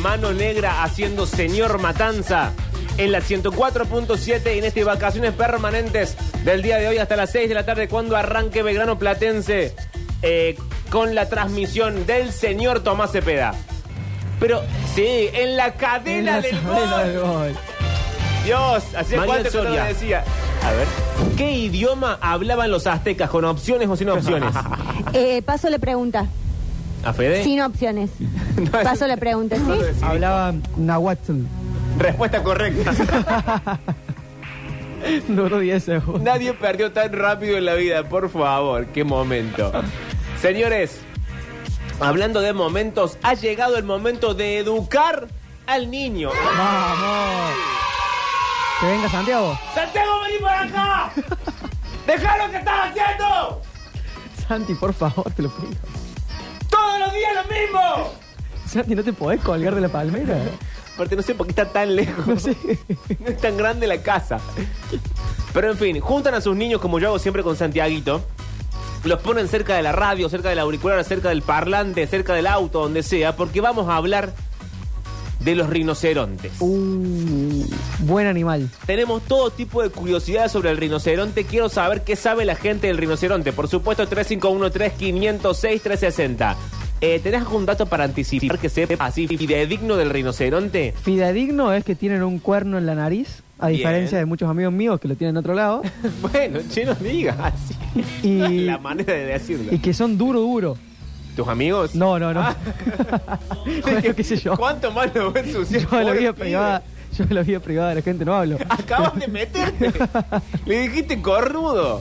Mano Negra haciendo Señor Matanza en la 104.7 en estas vacaciones permanentes del día de hoy hasta las 6 de la tarde cuando arranque Belgrano Platense eh, con la transmisión del señor Tomás Cepeda. Pero sí, en la cadena del cadena gol. del gol. Dios, hacía Manuel cuánto que no lo Soria. decía. A ver. ¿Qué idioma hablaban los aztecas con opciones o sin opciones? Eh, paso la pregunta. ¿A Fede? Sin opciones. Paso la pregunta, No ¿sí? lo decía. Hablaba Nahuatl. Respuesta correcta. Duró 10 segundos. Nadie perdió tan rápido en la vida, por favor, qué momento. Señores, hablando de momentos, ha llegado el momento de educar al niño. ¡Vamos! Que venga Santiago. ¡Santiago, vení por acá! ¡Dejá lo que estás haciendo! Santi, por favor, te lo pido. ¡Todos los días lo mismo! Santi, ¿no te podés colgar de la palmera? Aparte, no sé por qué está tan lejos. No sé. No es tan grande la casa. Pero en fin, juntan a sus niños como yo hago siempre con Santiaguito. Los ponen cerca de la radio, cerca del auricular, cerca del parlante, cerca del auto, donde sea, porque vamos a hablar de los rinocerontes. Uh, buen animal. Tenemos todo tipo de curiosidades sobre el rinoceronte. Quiero saber qué sabe la gente del rinoceronte. Por supuesto, 351-3506-360. Eh, ¿Tenés algún dato para anticipar que sepa así fidedigno del rinoceronte? Fidedigno es que tienen un cuerno en la nariz, a Bien. diferencia de muchos amigos míos que lo tienen en otro lado, Bueno, che, no digas así. Y- La manera de decirlo. y que son duro, duro. ¿Tus amigos? No, no, no. Ah. Bueno, qué sé yo. ¿Cuánto más lo voy a ensuciar? Yo la Pobre vida pibe. privada, yo la vida privada de la gente no hablo. Acabas de meterte. Le dijiste cornudo.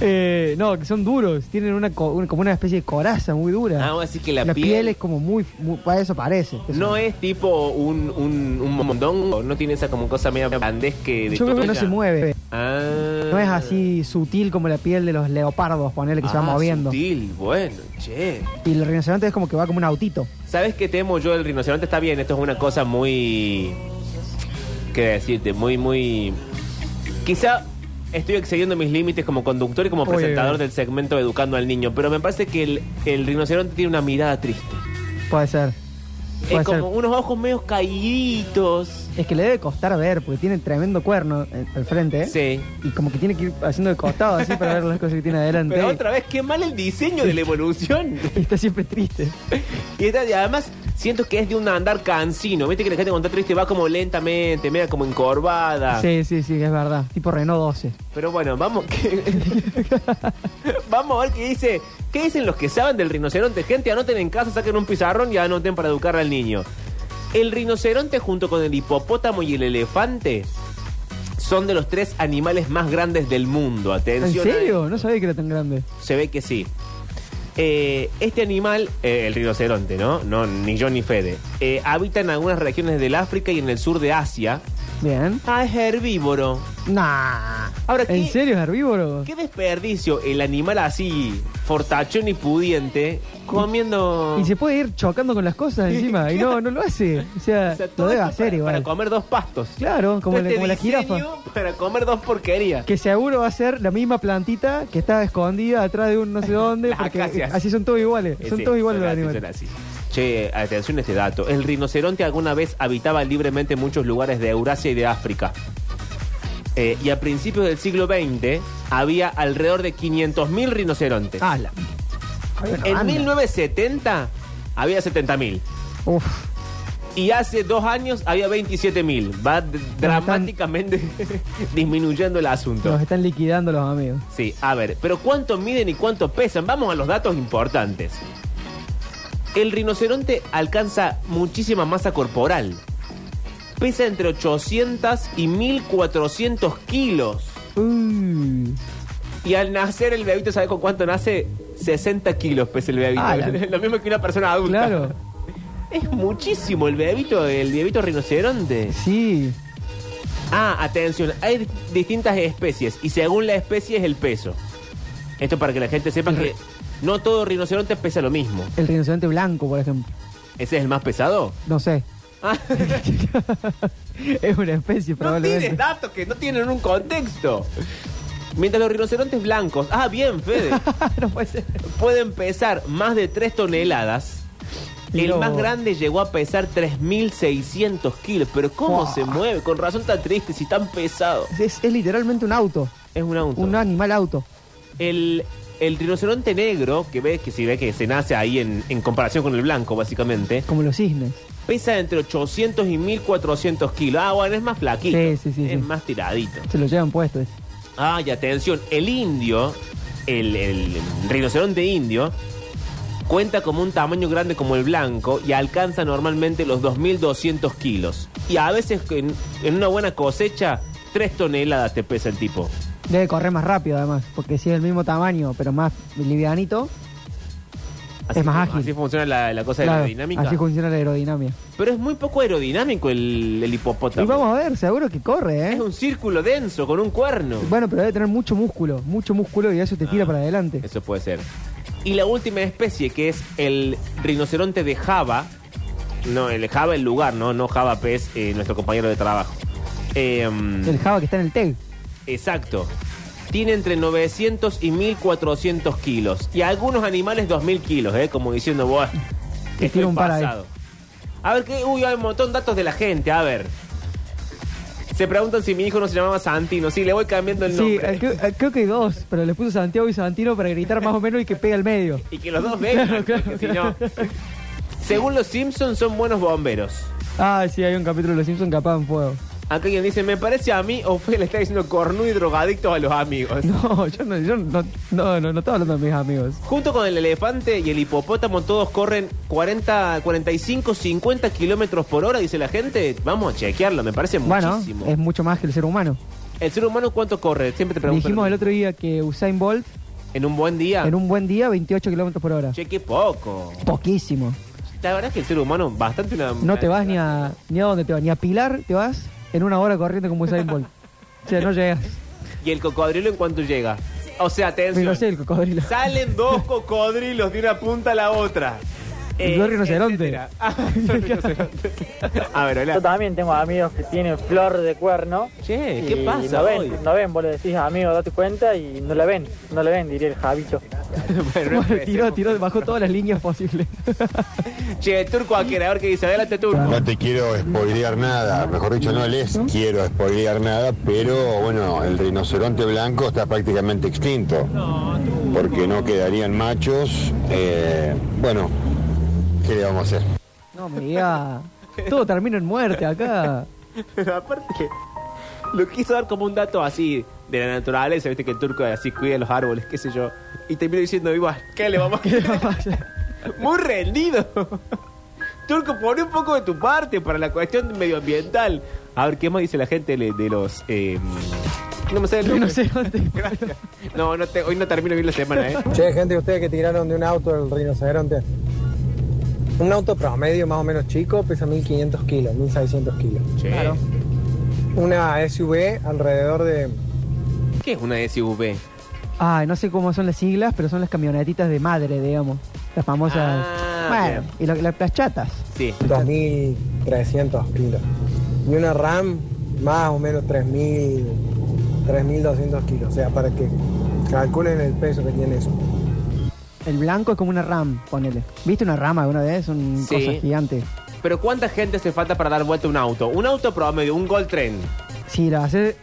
Eh, no, que son duros, tienen una, co- una- como una especie de coraza muy dura. Ah, así que la piel... piel es como muy, muy- para eso parece. Eso. No es tipo un, un, un mondongo, no tiene esa como cosa media que de yo creo que no totolla? se mueve. Ah. No es así sutil como la piel de los leopardos, ponele que se va Ah, moviendo. sutil, bueno, che. Y el rinoceronte es como que va como un autito. ¿Sabes qué temo yo? El rinoceronte está bien, esto es una cosa muy... ¿Qué decirte? Muy, muy... Quizá estoy excediendo mis límites como conductor y como Oye. presentador del segmento Educando al Niño, pero me parece que el, el rinoceronte tiene una mirada triste. Puede ser. Puede Es ser. como unos ojos medio caíditos. Es que le debe costar ver, porque tiene tremendo cuerno eh, al frente. ¿eh? Sí. Y como que tiene que ir haciendo de costado así para ver las cosas que tiene adelante. Pero otra vez, qué mal el diseño de la evolución. Y está siempre triste. Y esta- y además siento que es de un andar cansino. Viste que la gente cuando está triste va como lentamente, media como encorvada. Sí, sí, sí, es verdad. Tipo Renault 12. Pero bueno, vamos que- vamos a ver qué dice. ¿Qué dicen los que saben del rinoceronte? Gente, anoten en casa, saquen un pizarrón y anoten para educar al niño. El rinoceronte junto con el hipopótamo y el elefante son de los tres animales más grandes del mundo. ¿En Atención. a serio? esto. No sabía que era tan grande. Se ve que sí. Eh, este animal, eh, el rinoceronte, ¿no? No, ni yo ni Fede. eh, habita en algunas regiones del África y en el sur de Asia. Bien. Ah, es herbívoro. Nah. Ahora, ¿qué- ¿En serio es herbívoro? Qué desperdicio el animal así, fortachón y pudiente, comiendo... Y se puede ir chocando con las cosas encima. y no, no lo hace. O sea, O sea, todo lo debe esto hacer para, igual. para comer dos pastos. Claro, como, Todo la, este como la diseño jirafa. Para comer dos porquerías. Que seguro va a ser la misma plantita que está escondida atrás de un no sé dónde. Las porque acacias. así son todos iguales. Eh, Son Ah, sí, todos iguales los así, animales. son así. Che, atención a este dato. El rinoceronte alguna vez habitaba libremente en muchos lugares de Eurasia y de África. Eh, y a principios del siglo XX había alrededor de 500.000 rinocerontes. Ah, la... Ay, bueno, en anda. 1970 había 70.000. Uf. Y hace dos años había 27.000. Va d- dramáticamente disminuyendo el asunto. Nos están liquidando los amigos. Sí, a ver, pero ¿cuánto miden y cuánto pesan? Vamos a los datos importantes. El rinoceronte alcanza muchísima masa corporal. Pesa entre 800 y 1400 kilos. Uh, Y al nacer el bebito, ¿sabes con cuánto nace? 60 kilos pesa el bebito. Ah, la- Lo mismo que una persona adulta. claro, Es muchísimo el bebito, el bebito rinoceronte. sí. Ah, atención, hay di- distintas especies y según la especie es el peso. Esto para que la gente sepa que no todo rinoceronte pesa lo mismo. El rinoceronte blanco, por ejemplo. ¿Ese es el más pesado? No sé. Ah, Es una especie, no probablemente. tienes datos que no tienen un contexto. Mientras los rinocerontes blancos, ah, bien, Fede, no puede ser. pueden pesar más de 3 toneladas. El Miró más vos. grande llegó a pesar 3.600 kilos. Pero ¿cómo Fua. se mueve? Con razón tan triste si tan pesado. Es, es literalmente un auto, Es un auto. un animal auto. El, el rinoceronte negro, que ves que si ve que se nace ahí en, en comparación con el blanco, básicamente, Como los cisnes. pesa entre 800 y 1400 kilos. Ah, bueno, es más flaquito. Sí, sí, sí, Es sí. más tiradito. Se lo llevan puesto. ese. Ay, atención, el indio, el, el rinoceronte indio, cuenta como un tamaño grande como el blanco y alcanza normalmente los 2.200 kilos. Y a veces en, en una buena cosecha, 3 toneladas te pesa el tipo. Debe correr más rápido además, porque si es el mismo tamaño, pero más livianito, Es más fu- ágil. Así funciona la, la cosa de claro, la dinámica. así funciona la aerodinámica. Pero es muy poco aerodinámico el, el hipopótamo. Y vamos a ver, seguro que corre, Es ¿eh? un círculo denso con un cuerno. Bueno, pero debe tener mucho músculo, mucho músculo y eso te tira Ah, para adelante. Eso puede ser. Y la última especie, que es el rinoceronte de Java. No, el Java el lugar, ¿no? No Java Pez, eh, nuestro compañero de trabajo. Eh, mm, El Java que está en el TEG. exacto. Tiene entre 900 y 1400 kilos. Y algunos animales 2000 kilos, ¿eh? Como diciendo, vos. Te tiro un par ahí. A ver, que, uy, hay un montón de datos de la gente, a ver. Se preguntan si mi hijo no se llamaba Santino. Sí, le voy cambiando el Sí, nombre. eh, creo, eh, creo que hay dos, pero les puso Santiago y Santino para gritar más o menos y que pegue al medio. Y que los dos vengan, Claro, claro, porque claro. si no. Según los Simpsons, son buenos bomberos. Ah, sí, hay un capítulo de Los Simpsons capaz en fuego. Acá quien dice, me parece a mí, o fue le está diciendo cornudo y drogadictos a los amigos. No, yo no, yo no, no, no, no estaba hablando de mis amigos. Junto con el elefante y el hipopótamo, todos corren 40, 45, 50 kilómetros por hora, dice la gente. Vamos a chequearlo, me parece Bueno, muchísimo. es mucho más que el ser humano. ¿El ser humano cuánto corre? Siempre te pregunto. Dijimos el otro día que Usain Bolt, En un buen día. en un buen día, 28 kilómetros por hora. Che, qué poco. Poquísimo. La verdad es que el ser humano bastante una... No te vas ni a, ni a dónde te vas, ni a Pilar te vas en una hora corriendo como Usain Bolt. O sea, no llegas. ¿Y el cocodrilo en cuánto llega? O sea, atención. Pero sé el cocodrilo. Salen dos cocodrilos de una punta a la otra. Y dos rinocerontes. etcétera. Ah, son rinocerontes. A ver, Yo hola. también tengo amigos que tienen flor de cuerno. Che, ¿qué y pasa No ven, hoy? no ven, vos le decís amigo, date cuenta y no la ven, no la ven, diría el Javicho. Bueno, Bueno, tiró, empecemos. tiró, bajó todas las líneas posibles. Che, el turco aquel, a ver qué dice. Adelante, turco. No te quiero spoilear nada, mejor dicho, no les quiero spoilear nada, pero bueno, el rinoceronte blanco está prácticamente extinto, porque no quedarían machos. eh, bueno, ¿qué le vamos a hacer? No me diga. Todo termina en muerte acá. Aparte que lo quiso dar como un dato así de la naturaleza, viste que el turco así cuida los árboles, qué sé yo. Y terminó diciendo, igual, ¿qué le vamos a hacer? Muy rendido. Turco, pone un poco de tu parte para la cuestión medioambiental. A ver, ¿qué más dice la gente le- de los... eh, no me sé el nombre. No sé dónde. Gracias. No, no te- hoy no termino bien la semana, ¿eh? Che, gente, ustedes que tiraron de un auto el rinoceronte. Un auto promedio más o menos chico pesa 1500 kilos, 1600 kilos. Che, Una SUV alrededor de ¿Qué es una SUV? Ay, no sé cómo son las siglas, pero son las camionetitas de madre, digamos. Las famosas. Ah, bueno, bien. y lo- la- las chatas. Sí. 2300 kilos. Y una RAM más o menos 3000, 3200 kilos. O sea, para que calculen el peso que tiene eso. El blanco es como una RAM, ponele. ¿Viste una rama alguna vez? Un Sí. cosa gigante. Pero ¿cuánta gente hace falta para dar vuelta a un auto? Un auto promedio, un Gold Trend. Si lo haces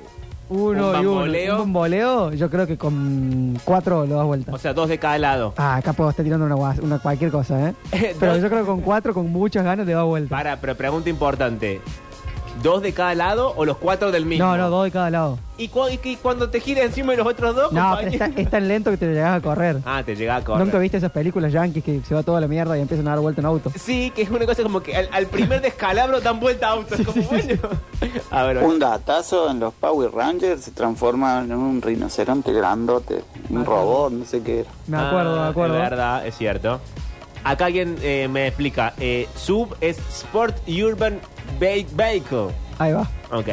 uno Un y uno. bamboleo. Un bamboleo, yo creo que con cuatro lo das vuelta. O sea, dos de cada lado. Ah, acá puedo estar tirando una, guas- una cualquier cosa, ¿eh? Pero yo creo que con cuatro, con muchas ganas, le da vuelta. Para, pero pregunta importante. ¿Dos de cada lado o los cuatro del mismo? No, no, dos de cada lado. ¿Y, cu- y- y cuando te gira encima de los otros dos? No, pero compañero? está- es tan lento que te llegas a correr. Ah, te llega a correr. Nunca viste esas películas yankees que se va toda la mierda y empiezan a dar vuelta en auto. Sí, que es una cosa como que al, al primer descalabro dan vuelta a autos. como, bueno. A ver, Un datazo en los Power Rangers se transforma en un rinoceronte grandote, un robot, no sé qué era. Me acuerdo, me Ah, acuerdo. Es verdad, es cierto. Acá alguien eh, me explica. Eh, SUV es Sport Urban Ve- Vehicle. Ahí va. Ok.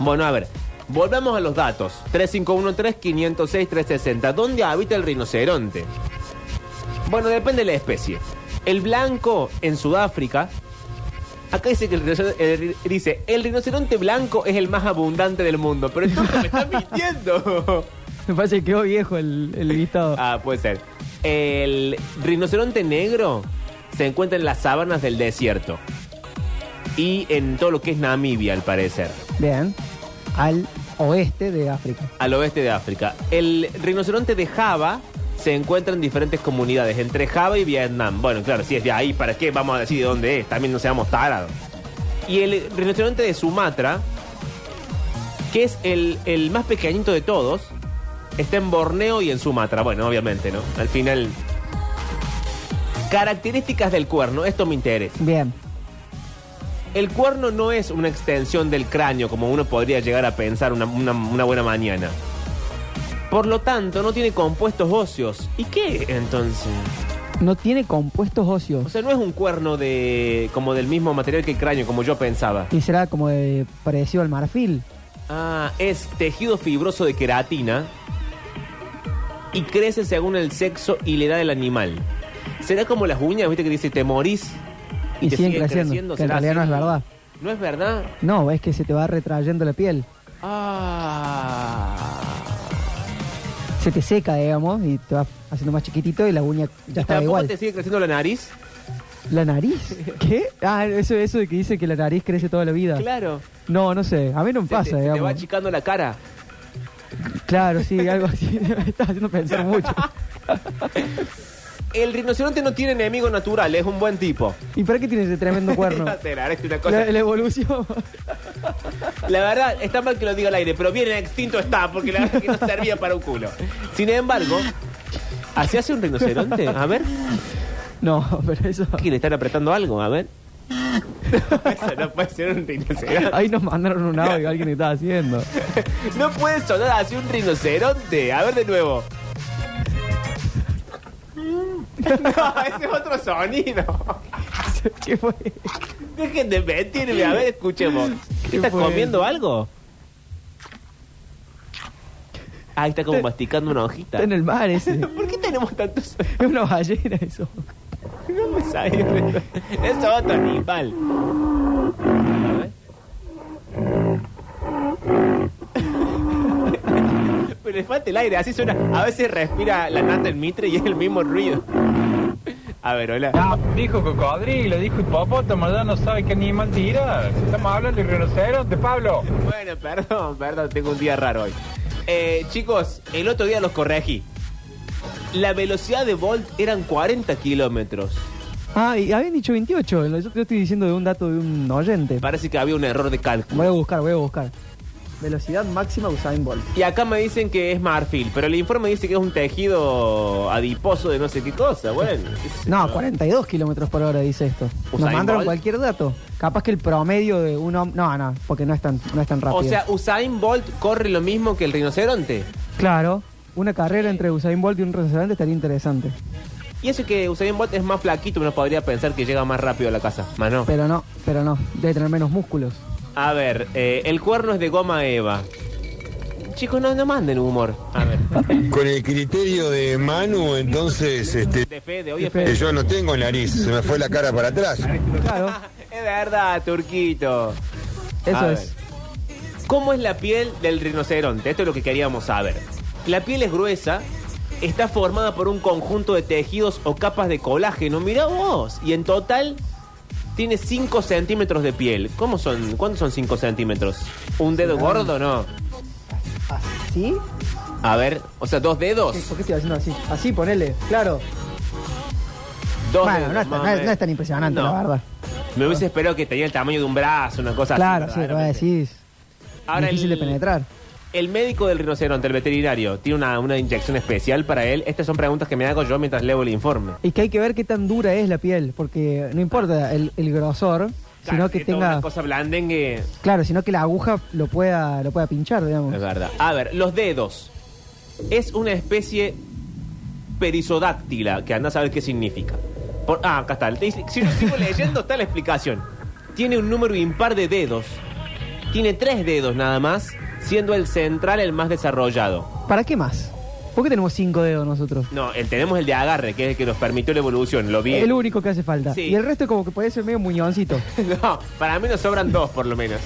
Bueno, a ver. Volvamos a los datos. 3513-506-360. ¿Dónde habita el rinoceronte? Bueno, depende de la especie. El blanco en Sudáfrica. Acá dice que el rinoceronte, el ri- dice, el rinoceronte blanco es el más abundante del mundo. Pero esto me está mintiendo. Me parece que quedó viejo el, el listado. Ah, puede ser. El rinoceronte negro se encuentra en las sabanas del desierto. Y en todo lo que es Namibia, al parecer. Bien. Al oeste de África. al oeste de África. El rinoceronte de Java se encuentra en diferentes comunidades, entre Java y Vietnam. Bueno, claro, si es de ahí, ¿para qué vamos a decir de dónde es? También no seamos tarados. Y el rinoceronte de Sumatra, que es el, el más pequeñito de todos, está en Borneo y en Sumatra. Bueno, obviamente, ¿no? Al final... Características del cuerno, esto me interesa. Bien. El cuerno no es una extensión del cráneo como uno podría llegar a pensar una, una- una buena mañana. Por lo tanto, no tiene compuestos óseos. ¿Y qué entonces? No tiene compuestos óseos. O sea, no es un cuerno de como del mismo material que el cráneo, como yo pensaba. y será como de parecido al marfil. Ah, es tejido fibroso de queratina y crece según el sexo y la edad del animal. Será como las uñas, viste que dice te morís y, Y te siguen siguen, creciendo, creciendo. que en ¿Será realidad no es verdad. ¿No es verdad? No, es que se te va retrayendo la piel. Ah. Se te seca, digamos, y te va haciendo más chiquitito y la uña ya está ¿Tampoco igual. te sigue creciendo la nariz? ¿La nariz? ¿Qué? Ah, eso, eso de que dice que la nariz crece toda la vida. Claro. No, no sé. A mí no me Se te- pasa, se te, va digamos. achicando la cara. claro, sí, algo así. me está haciendo pensar mucho. El rinoceronte no tiene enemigo natural, es un buen tipo. ¿Y para qué tiene ese tremendo cuerno? Va a ser, ahora es una cosa. la, la evolución. La verdad, está mal que lo diga al aire, pero bien extinto está, porque la verdad es que no servía para un culo. Sin embargo, ¿así hace un rinoceronte? A ver, no, pero eso. ¿qué le están apretando algo? A ver. Eso no puede ser un rinoceronte. Ahí nos mandaron un audio, alguien está haciendo. No puede sonar así un rinoceronte. A ver de nuevo. No, ese es otro sonido. ¿Qué fue? Dejen de mentirme, a ver, escuchemos. ¿Qué ¿Estás fue comiendo algo? Ah, está como masticando una hojita. Está en el mar ese. ¿Por qué tenemos tantos Es una ballena eso. No me sale. Eso es otro animal. A ver. Pero le falta el aire, así suena. A veces respira la nata en mitre y es el mismo ruido. A ver, hola. Dijo cocodrilo, dijo hipopótamo, ya no sabe qué animal tirar. Estamos hablando de rinoceronte, Pablo. Bueno, perdón, perdón, tengo un día raro hoy. Eh, chicos, el otro día los corregí. La velocidad de Volt eran 40 kilómetros. Ah, y habían dicho 28. Lo- Yo te estoy diciendo de un dato de un oyente. Parece que había un error de cálculo. Voy a buscar, voy a buscar. Velocidad máxima Usain Bolt. Y acá me dicen que es marfil, pero el informe dice que es un tejido adiposo de no sé qué cosa. Bueno, qué sé No, yo. 42 kilómetros por hora dice esto. Nos Usain mandaron Bolt. cualquier dato. Capaz que el promedio de un hombre. No, no, porque no es tan, no es tan rápido. O sea, Usain Bolt corre lo mismo que el rinoceronte. claro, una carrera entre Usain Bolt y un restaurante estaría interesante. Y eso que Usain Bolt es más flaquito, uno podría pensar que llega más rápido a la casa. Más no. Pero no, pero no. Debe tener menos músculos. A ver, eh, el cuerno es de goma Eva. Chicos, no, no manden humor. A ver, Con el criterio de Manu, entonces, este, de fe, de hoy es que fe. yo no tengo nariz, se me fue la cara para atrás. Claro, Es verdad, turquito. eso A es. ver. ¿Cómo es la piel del rinoceronte? Esto es lo que queríamos saber. La piel es gruesa, está formada por un conjunto de tejidos o capas de colágeno. Mirá vos. Y en total tiene 5 centímetros de piel. ¿Cómo son? ¿Cuántos son 5 centímetros? ¿Un dedo gordo no? ¿Sí? A ver, o sea, dos dedos. ¿Por qué estoy haciendo así? Así, ponele. Claro. Dos Bueno, dedos, no es, más tan- o no es- menos. no es tan impresionante, No. la verdad. Me hubiese esperado que tenía el tamaño de un brazo, una cosa claro, así. sí, lo verdaderamente. voy a decir. Ahora difícil el- de penetrar. El médico del rinoceronte, el veterinario, tiene una, una inyección especial para él. Estas son preguntas que me hago yo mientras leo el informe. Y que hay que ver qué tan dura es la piel, porque no importa el, el grosor, Claro, sino tiene que toda tenga. Una cosa blandengue. Claro, sino que la aguja lo pueda, lo pueda pinchar, digamos. Es verdad. A ver, los dedos. Es una especie perisodáctila, que anda a saber qué significa. Por- ah, acá está. Te dice- Si lo sigo leyendo, está la explicación. Tiene un número impar de dedos. Tiene tres dedos nada más, siendo el central el más desarrollado. ¿Para qué más? ¿Por qué tenemos cinco dedos nosotros? No, el, tenemos el de agarre, que es el que nos permitió la evolución. Lo vi. El único que hace falta. Sí. Y el resto como que puede ser medio muñoncito. No, para mí nos sobran dos por lo menos.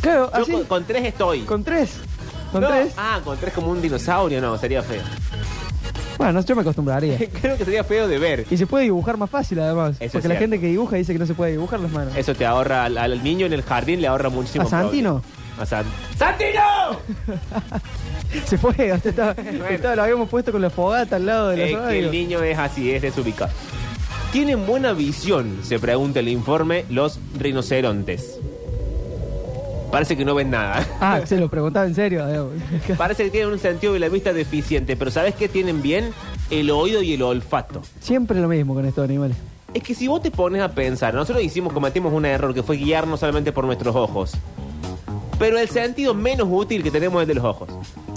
Claro, Yo así. con, Con, con tres estoy. tres. ¿Ah, Con No, tres. Ah, con tres como un dinosaurio, no, sería feo. Bueno, yo me acostumbraría. Creo que sería feo de ver. Y se puede dibujar más fácil además. Eso es porque la cierto. gente que dibuja dice que no se puede dibujar las manos. Eso te ahorra al, al niño en el jardín, le ahorra muchísimo. ¿A Santino? A San- ¡Santino! Se fue, hasta estaba, estaba- lo habíamos puesto con la fogata al lado de la Es que radio. el niño es así, es desubicado. ¿Tienen buena visión? Se pregunta el informe, los rinocerontes. Parece que no ven nada. Ah, se lo preguntaba en serio. eh, digamos. Parece que tienen un sentido de la vista deficiente, pero ¿sabes qué tienen bien? El oído y el olfato. Siempre lo mismo con estos animales. Es que si vos te pones a pensar, nosotros hicimos, cometimos un error que fue guiarnos solamente por nuestros ojos. Pero el sentido menos útil que tenemos es el de los ojos.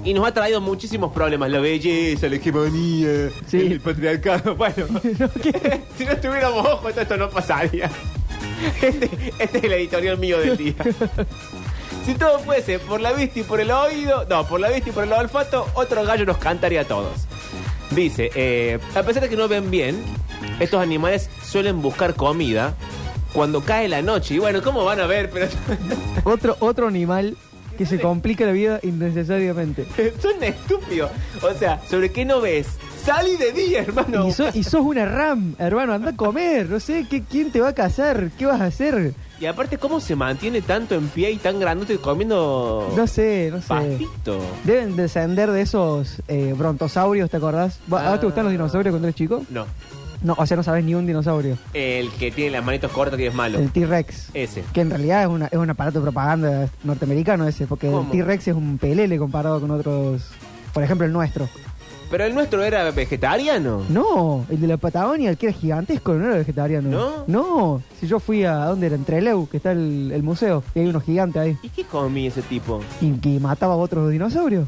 Y nos ha traído muchísimos problemas. La belleza, la hegemonía, Sí. el patriarcado. Bueno, si no tuviéramos ojos, todo esto no pasaría. Este, este es el editorial mío del día. Si todo fuese por la vista y por el oído, no, por la vista y por el olfato, otro gallo nos cantaría a todos. Dice, eh, a pesar de que no ven bien, estos animales suelen buscar comida cuando cae la noche. Y bueno, ¿cómo van a ver? Pero Otro, otro animal que se complica la vida innecesariamente. son estúpidos. O sea, ¿sobre qué no ves? Salí de día, hermano. Y, so- y sos una ram, hermano, anda a comer, no sé, ¿qué, ¿quién te va a cazar? ¿Qué vas a hacer? Y aparte, ¿cómo se mantiene tanto en pie y tan grandote comiendo No sé, no sé. pastito? Deben descender de esos eh, brontosaurios, ¿te acordás? ¿A Ah. vos te gustaron los dinosaurios cuando eres chico? No, No, o sea, no sabes ni un dinosaurio. el que tiene las manitos cortas que es malo. El T-Rex. Ese. Que en realidad es, una- es un aparato de propaganda norteamericano ese, porque ¿Cómo? el T-Rex es un pelele comparado con otros. Por ejemplo, el nuestro. Pero el nuestro era vegetariano. No, el de la Patagonia, el que era gigantesco, no era vegetariano. ¿No? No, si yo fui a, ¿a dónde era, en Trelew, que está el, el museo, y hay unos gigantes ahí, ¿Y qué comía ese tipo? y que mataba a otros dinosaurios.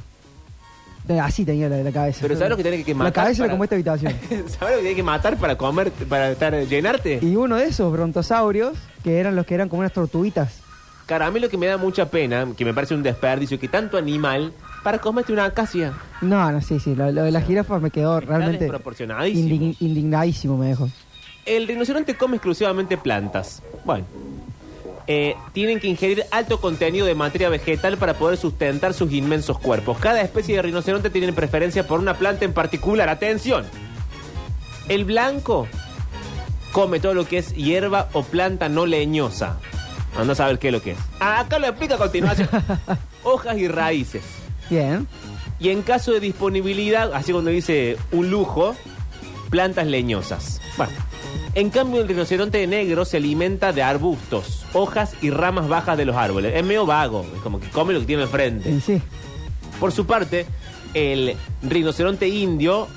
Eh, Así tenía la, la cabeza. Pero ¿sabes lo que tiene que matar La cabeza para- era como esta habitación. ¿Sabes lo que tiene que matar para comer, para estar, llenarte? y uno de esos brontosaurios, que eran los que eran como unas tortuguitas. Cara, a mí lo que me da mucha pena, que me parece un desperdicio, que tanto animal para comerte una acacia. No, no, sí, sí, lo, lo de las jirafas me quedó Están realmente desproporcionadísimos. indign- indignadísimo, me dejó. El rinoceronte come exclusivamente plantas. Bueno. Eh, tienen que ingerir alto contenido de materia vegetal para poder sustentar sus inmensos cuerpos. Cada especie de rinoceronte tiene preferencia por una planta en particular. Atención. El blanco come todo lo que es hierba o planta no leñosa. Anda a saber qué es lo que es. Ah, Acá lo explica a continuación. Hojas y raíces. Bien. Y en caso de disponibilidad, así cuando dice un lujo, plantas leñosas. Bueno. En cambio, el rinoceronte negro se alimenta de arbustos, hojas y ramas bajas de los árboles. Es medio vago, es como que come lo que tiene Y enfrente. eh, sí. Por su parte, el rinoceronte indio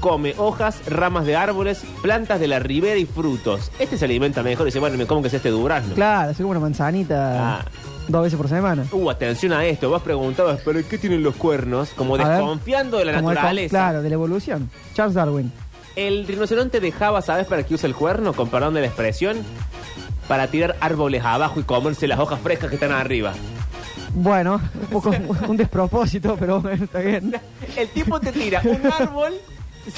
come hojas, ramas de árboles, plantas de la ribera y frutos. Este se alimenta mejor y dice, bueno, me como que es este durazno. Claro, soy como una manzanita Ah. dos veces por semana. Uh, atención a esto, vos preguntabas, ¿pero qué tienen los cuernos? Como A ver. desconfiando de la Como el con- naturaleza. claro, de la evolución. Charles Darwin. El rinoceronte dejaba, ¿sabes para qué usa el cuerno? Con perdón de la expresión. Para tirar árboles abajo y comerse las hojas frescas que están arriba. Bueno, un poco un despropósito, pero bueno, está bien. El tipo te tira un árbol,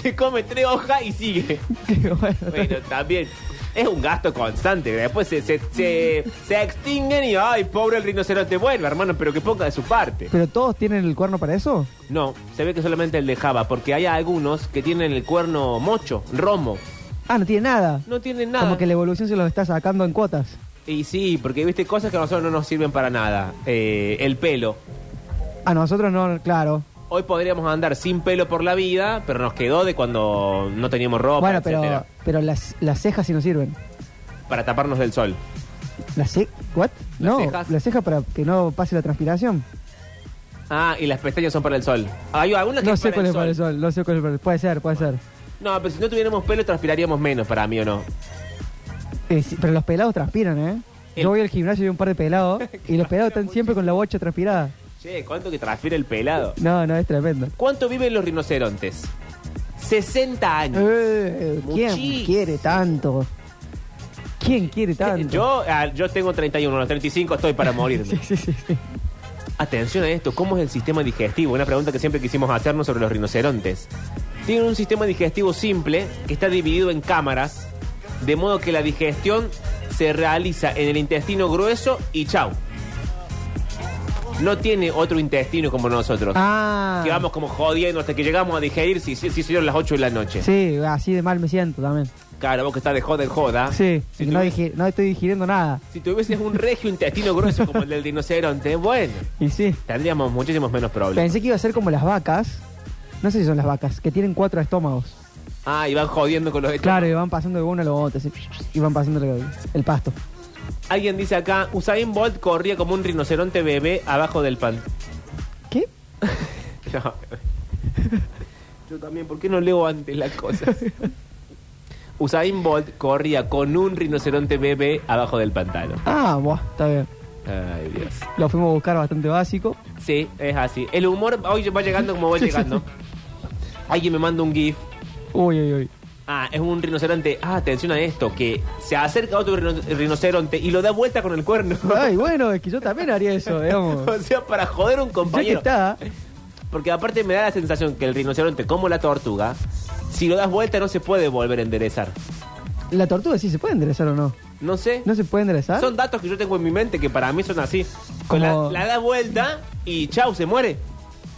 se come tres hojas y sigue. Qué bueno. Bueno, también es un gasto constante. Después se, se, se- se extinguen y, ay, pobre el rinoceronte. Bueno, hermano, pero que ponga de su parte. ¿Pero todos tienen el cuerno para eso? No, se ve que solamente el dejaba, porque hay algunos que tienen el cuerno mocho, romo. Ah, no tiene nada. No tienen nada. Como que la evolución se los está sacando en cuotas. Y sí, porque viste cosas que a nosotros no nos sirven para nada. Eh, el pelo. A nosotros no, claro. Hoy podríamos andar sin pelo por la vida, pero nos quedó de cuando no teníamos ropa, bueno, etcétera, pero, pero las, las cejas sí nos sirven. para taparnos del sol. ¿Las ce ¿What? Las no, cejas. las cejas para que no pase la transpiración. Ah, y las pestañas son para el sol. Hay algunas que No es sé para cuál el es para el sol. sol, no sé cuál es para el Puede ser, puede ser. No, pero si no tuviéramos pelo transpiraríamos menos para mí o no. Eh, sí, pero los pelados transpiran, ¿eh? El- Yo voy al gimnasio y veo un par de pelados y los pelados están siempre con la bocha transpirada. Che, ¿cuánto que transpira el pelado? No, no, es tremendo. ¿Cuánto viven los rinocerontes? 60 años. Eh, ¿Quién Muchis- quiere tanto? ¿Quién quiere tanto? Yo, ah, yo tengo 31, a los 35 estoy para morirme. Sí, sí, sí, sí. Atención a esto, ¿cómo es el sistema digestivo? Una pregunta que siempre quisimos hacernos sobre los rinocerontes. Tienen un sistema digestivo simple que está dividido en cámaras, de modo que la digestión se realiza en el intestino grueso y chau. no tiene otro intestino como nosotros. Ah. Que vamos como jodiendo hasta que llegamos a digerir si si- si hicieron las 8 de la noche. Sí, así de mal me siento también. Claro, vos que estás de joda en joda. Sí, Si, no, tuvi- digi- no estoy digiriendo nada. si tuvieses un regio intestino grueso como el del dinoceronte, bueno, Y sí, tendríamos muchísimos menos problemas. pensé que iba a ser como las vacas. No sé si son las vacas, que tienen cuatro estómagos. Ah, y van jodiendo con los estómagos. Claro, y van pasando de uno a lo otro, así, y van pasando el, el pasto. Alguien dice acá, Usain Bolt corría como un rinoceronte bebé abajo del pan. ¿Qué? No. Yo también, ¿por qué no leo antes las cosas? Usain Bolt corría con un rinoceronte bebé abajo del pantano. Ah, buah, está bien. Ay, Dios. Lo fuimos a buscar bastante básico. Sí, es así. El humor hoy va llegando como va llegando. Alguien me manda un GIF. Uy, uy, uy. Ah, es un rinoceronte. Ah, atención a esto, que se acerca a otro rino- rinoceronte y lo da vuelta con el cuerno. Ay, bueno, es que yo también haría eso, digamos. o sea, para joder a un Ya que compañero. está, Porque aparte me da la sensación que el rinoceronte, como la tortuga, si lo das vuelta no se puede volver a enderezar. la tortuga sí se puede enderezar o no. No sé. ¿No se puede enderezar? Son datos que yo tengo en mi mente que para mí son así. Con Como- La, la da vuelta y chau, se muere.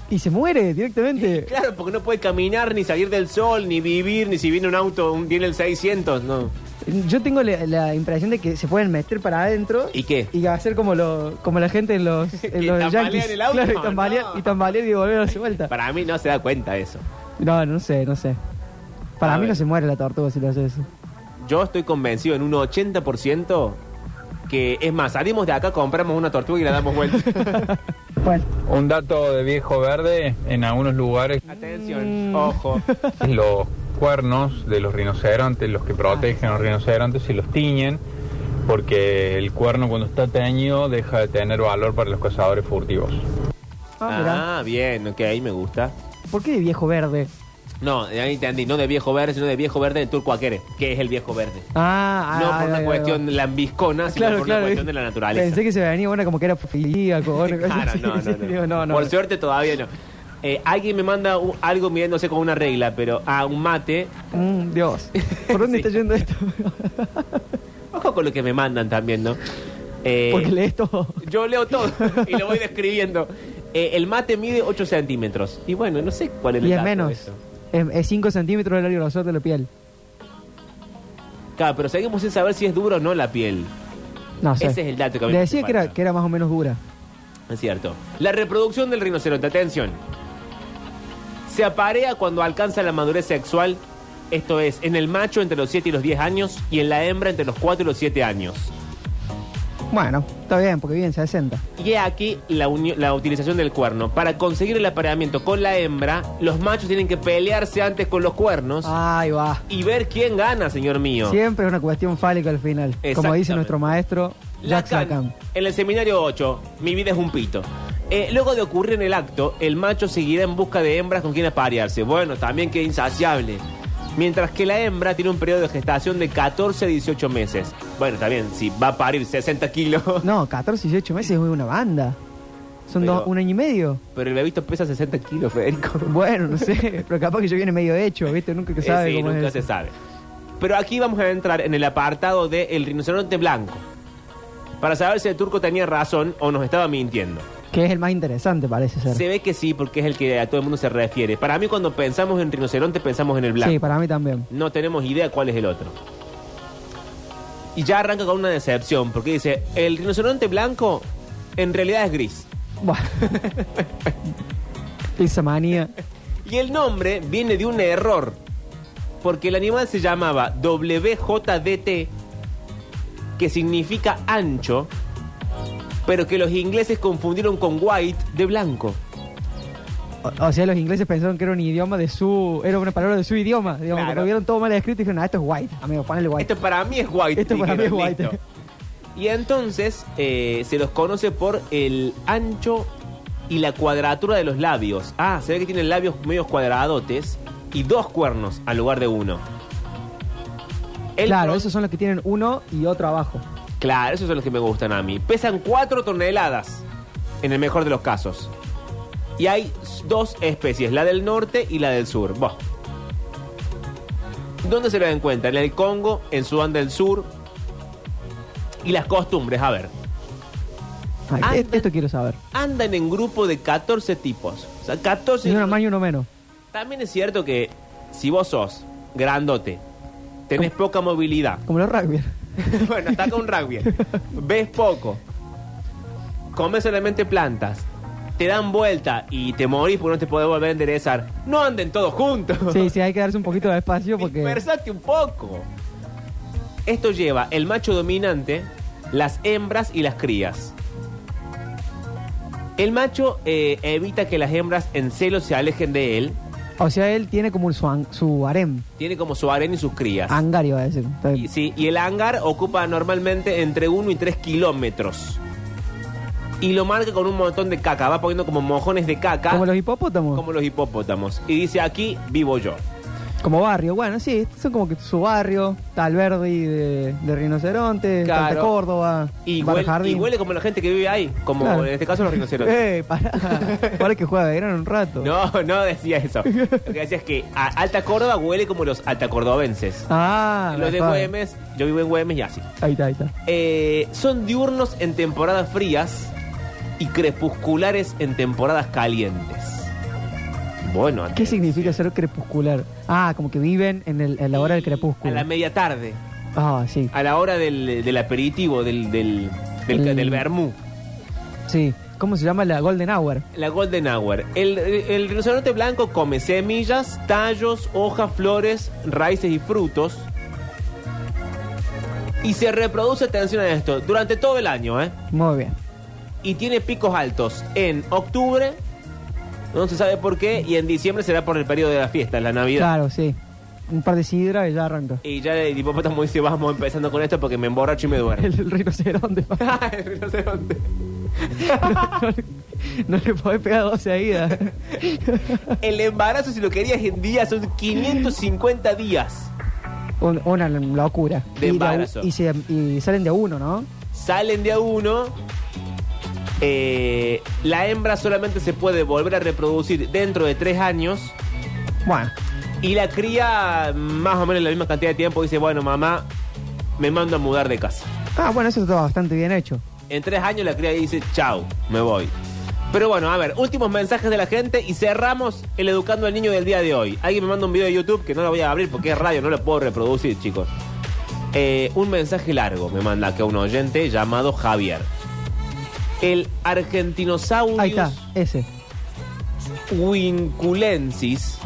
Y se muere directamente. Claro, porque no puede caminar, ni salir del sol, ni vivir, ni si viene un auto, un- viene el 600, no. Yo tengo la, la impresión de que se pueden meter para adentro. ¿Y qué? Y hacer como lo, como la gente en los, en Y los tambalean yankees. el auto, Claro, y tambalean, no. y tambalean y volver a darse vuelta. Para mí no se da cuenta eso. No, no sé, no sé. Para A mí ver. no se muere la tortuga si lo hace eso. Yo estoy convencido en un 80% que, es más, salimos de acá, compramos una tortuga y la damos vuelta. Bueno, Un dato de viejo verde, en algunos lugares Atención, ojo. los cuernos de los rinocerontes, los que protegen a los rinocerontes, si los tiñen, porque el cuerno cuando está teñido deja de tener valor para los cazadores furtivos. ah, mirá. Ah, bien, ok, me gusta. ¿Por qué de viejo verde? No, ya entendí, no de viejo verde, sino de viejo verde de Turco Aquere, que es el viejo verde. Ah, No ah, por ah, una ah, cuestión lambiscona, ah, sino por una cuestión de la naturaleza. Pensé que se venía una como que era pofilia, o algo Claro, así. no, no, Sí, no. digo, no, no. Por suerte todavía no. Eh, alguien me manda un- algo midiéndose con una regla, pero a un mate. Mm, Dios. ¿Por dónde Sí. está yendo esto? Ojo con lo que me mandan también, ¿no? Eh, Porque lees todo. Yo leo todo y lo voy describiendo. Eh, el mate mide 8 centímetros. Y bueno, no sé cuál es el Y es dato de menos. eso. Es 5 centímetros del grosor de la piel. Claro, pero seguimos sin saber si es duro o no la piel. No sé. Ese es el dato que a mí Le me decía que era, falta. que era más o menos dura. Es cierto. La reproducción del rinoceronte, atención. Se aparea cuando alcanza la madurez sexual, esto es, en el macho entre los 7 y los 10 años y en la hembra entre los 4 y los 7 años. Bueno, está bien, porque viven 60. Y he aquí la, uni- la utilización del cuerno. Para conseguir el apareamiento con la hembra, los machos tienen que pelearse antes con los cuernos Ahí va. y ver quién gana, señor mío. Siempre es una cuestión fálica al final. Como dice Exactamente. nuestro maestro Jack Lacan, Sackham. en el seminario 8, mi vida es un pito. Eh, luego de ocurrir en el acto, el macho seguirá en busca de hembras con quien aparearse. Bueno, también que insaciable. Mientras que la hembra tiene un periodo de gestación de 14 a 18 meses. Bueno, también, si va a parir 60 kilos, No, 14 y 18 meses es una banda. Son Pero- dos, un año y medio. pero el bebito pesa 60 kilos, Federico. Bueno, no sé, pero capaz que yo viene medio hecho, ¿viste? Nunca que Eh, sabe sí, cómo nunca es. se sabe. Pero aquí vamos a entrar en el apartado del el rinoceronte blanco. Para saber si el turco tenía razón o nos estaba mintiendo. Que es el más interesante, parece ser. Se ve que sí, porque es el que a todo el mundo se refiere. Para mí, cuando pensamos en rinoceronte, pensamos en el blanco. Sí, para mí también. No tenemos idea cuál es el otro. Y ya arranca con una decepción, porque dice, el rinoceronte blanco en realidad es gris. Bueno. Esa manía. Y el nombre viene de un error, porque el animal se llamaba WJDT, que significa ancho, pero que los ingleses confundieron con white de blanco. O, o sea, los ingleses pensaron que era un idioma de su. Era una palabra de su idioma. Digamos, Claro. cuando vieron todo mal escrito, dijeron, ah, esto es white. Amigo, ponele white. Esto para mí es white. Esto para mí es dijeron, white. listo. Y entonces eh, se los conoce por el ancho y la cuadratura de los labios. Ah, se ve que tienen labios medios cuadradotes y dos cuernos al lugar de uno. El claro, pro- esos son los que tienen uno y otro abajo. Claro, esos son los que me gustan a mí. Pesan 4 toneladas, en el mejor de los casos. Y hay dos especies, la del norte y la del sur. Buah. ¿Dónde se lo encuentra? En el Congo, en Sudán del Sur. Y las costumbres, a ver. Ay, Ah, e- esto quiero saber. andan en grupo de 14 tipos. O sea, 14 Ni uno más ni uno menos. También es cierto que si vos sos grandote, tenés poca movilidad, Como los rugby. bueno, ataca un rugby, ves poco, comes solamente plantas, te dan vuelta y te morís porque no te podés volver a enderezar. No anden todos juntos. Sí, sí, hay que darse un poquito de espacio porque. Dispersate un poco. Esto lleva el macho dominante, las hembras y las crías. El macho eh, evita que las hembras en celo se alejen de él. O sea, él tiene como su, an- su harem. Tiene como su harén y sus crías. Hangar iba a decir. Está bien. Y, sí, y el hangar ocupa normalmente entre 1 y 3 kilómetros. Y lo marca con un montón de caca. Va poniendo como mojones de caca. Como los hipopótamos. como los hipopótamos. Y dice, aquí vivo yo. Como barrio, bueno, sí, estos son como que su barrio, Talverdi de, de Rinoceronte, Claro. Santa Córdoba, Y, Bar huele- Jardín. y huele como la gente que vive ahí. Como Claro. en este caso los rinocerontes. Eh, pará, pará que juega de gran un rato. No, no decía eso. Lo que decía es que a Alta Córdoba huele como los altacordobenses. Ah, los de pa- Güemes, yo vivo en Güemes y así. Ahí está, ahí está. Eh, son diurnos en temporadas frías y crepusculares en temporadas calientes. Bueno, ¿Qué antes- significa ser crepuscular? Ah, como que viven en, el, en la hora del crepúsculo. A la media tarde, Ah, sí, a la hora del, del aperitivo, del, del, del, El- del vermú. sí. ¿Cómo se llama la Golden Hour? La Golden Hour. El, el rinoceronte blanco come semillas, tallos, hojas, flores, raíces y frutos. Y se reproduce, atención a esto, durante todo el año, ¿eh? Muy bien. Y tiene picos altos en octubre, no se sabe por qué, y en diciembre será por el periodo de la fiesta, la Navidad. Claro, sí. Un par de sidra y ya arranca. Y ya el hipopótamo dice, vamos empezando con esto porque me emborracho y me duermo. El, el rinoceronte. el rinoceronte. no, le- no le podés pegar dos seguidas. El embarazo, si lo querías en días, son 550 días. Un- una locura. De y, a- embarazo. y, se- y salen de a uno, ¿no? salen de a uno. eh, la hembra solamente se puede volver a reproducir dentro de tres años. Bueno, Y la cría, más o menos la misma cantidad de tiempo, dice: Bueno, mamá, me mando a mudar de casa. ah, bueno, eso está bastante bien hecho. En tres años la cría dice: Chau, me voy. Pero bueno, a ver, últimos mensajes de la gente y cerramos el Educando al Niño del día de hoy. Alguien me manda un video de YouTube que no lo voy a abrir porque es radio, no lo puedo reproducir, chicos. Eh, un mensaje largo me manda que un oyente llamado Javier. El Argentinosaurus Ahí está, ese. Winculensis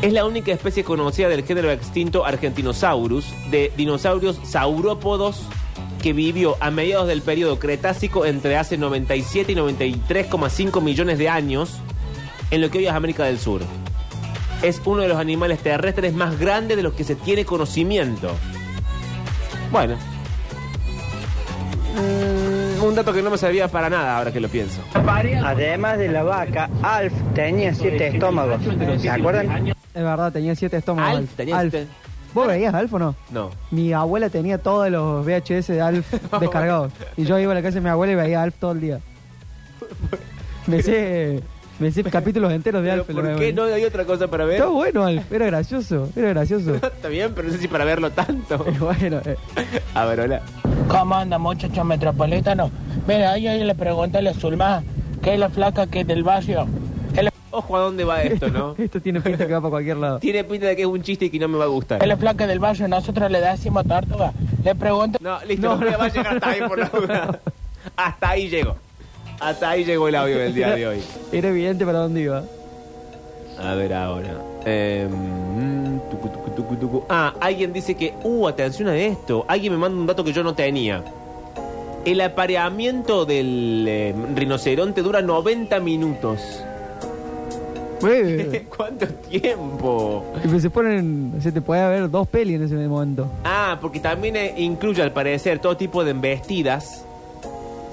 es la única especie conocida del género extinto Argentinosaurus de dinosaurios saurópodos que vivió a mediados del periodo Cretácico entre hace 97 y 93,5 millones de años en lo que hoy es América del Sur. Es uno de los animales terrestres más grandes de los que se tiene conocimiento. Bueno. Mm, un dato que no me servía para nada ahora que lo pienso. Además de la vaca, Alf tenía siete estómagos. ¿Se acuerdan? Es verdad, tenía siete estómagos. Alf, tenía siete. ¿Vos veías Alf o no? No. Mi abuela tenía todos los VHS de Alf descargados. Y yo iba a la casa de mi abuela y veía Alf todo el día. Me sé, me sé capítulos enteros de Pero Alf. ¿Por lo qué veo. no hay otra cosa para ver? Estaba bueno Alf, era gracioso, era gracioso. Está bien, pero no sé si para verlo tanto. Pero bueno, eh, A ver, hola. ¿Cómo anda, muchacho metropolitano? Mira, ahí, ahí le pregunté a la Zulma, que es la flaca que es del barrio. Es la, Ojo a dónde va esto, ¿no? esto tiene pinta que va para cualquier lado. Tiene pinta de que es un chiste y que no me va a gustar. es la flaca del barrio, nosotros le decimos tórtoga. Le pregunté, No, listo, No, no, me no. va a llegar hasta ahí por la duda. Hasta ahí llego. Hasta ahí llegó el audio del día de hoy. Era evidente para dónde iba. A ver ahora. Em, mm, tucu, tucu, tucu, tucu. Ah, alguien dice que, uh, atención a esto. Alguien me manda un dato que yo no tenía. El apareamiento del eh, rinoceronte dura 90 minutos. Eh, ¿Cuánto tiempo? y pues se ponen, se te puede ver dos pelis en ese momento. Ah, porque también eh, incluye al parecer todo tipo de embestidas,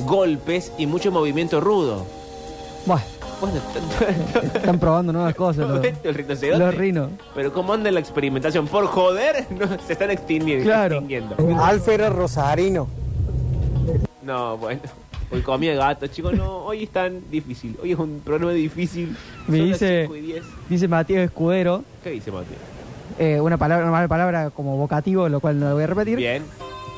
golpes y mucho movimiento rudo. Buah, Bueno, están probando nuevas cosas. todo los- esto, el rinoceronte. Los rinos. Pero cómo anda la experimentación, por joder, no, se están extinguiendo. Claro. extinguiendo. Alfa era rosarino. No, bueno. Hoy comía gato, chicos, no, hoy es tan difícil. Hoy es un programa difícil. Me Son las dice- 5 y 10. Dice Matías Escudero, ¿Qué dice Mati? eh, una palabra, una mala palabra como vocativo, lo cual no lo voy a repetir. Bien.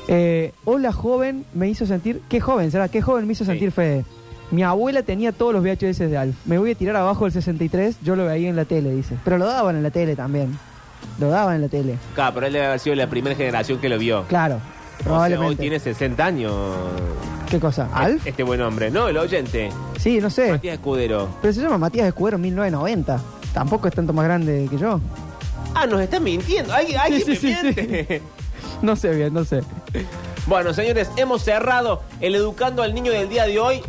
Eh, hola joven me hizo sentir. ¿Qué joven será? ¿Qué joven me hizo Sí. sentir Fede? Mi abuela tenía todos los VHS de Alf. Me voy a tirar abajo del 63, yo lo veía en la tele, dice. Pero lo daban en la tele también. Lo daban en la tele. Claro, pero él debe haber sido la primera generación que lo vio. Claro, O sea, hoy probablemente. tiene 60 años. ¿Qué cosa? ¿Alf? Este buen hombre. No, el oyente. Sí, no sé. Matías Escudero. Pero se llama Matías Escudero 1990. Tampoco es tanto más grande que yo. Ah, nos está mintiendo. Hay, hay Sí, que sí, me sí, miente. No sé bien, no sé. Bueno, señores, hemos cerrado el Educando al Niño del día de hoy.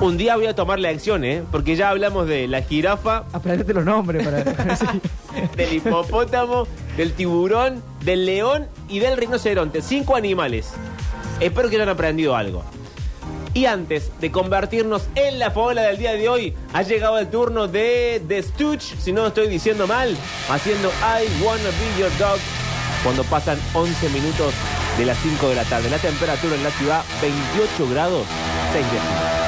Un día voy a tomar la acción, ¿eh? Porque ya hablamos de la jirafa, Aprendete los nombres para. sí. del hipopótamo, del tiburón, del león y del rinoceronte. Cinco animales. Espero que hayan aprendido algo. Y antes de convertirnos en la fórmula del día de hoy, ha llegado el turno de The Stooge, si no estoy diciendo mal, haciendo I Wanna Be Your Dog cuando pasan 11 minutos de las 5 de la tarde. La temperatura en la ciudad, 28 grados 6 décimas.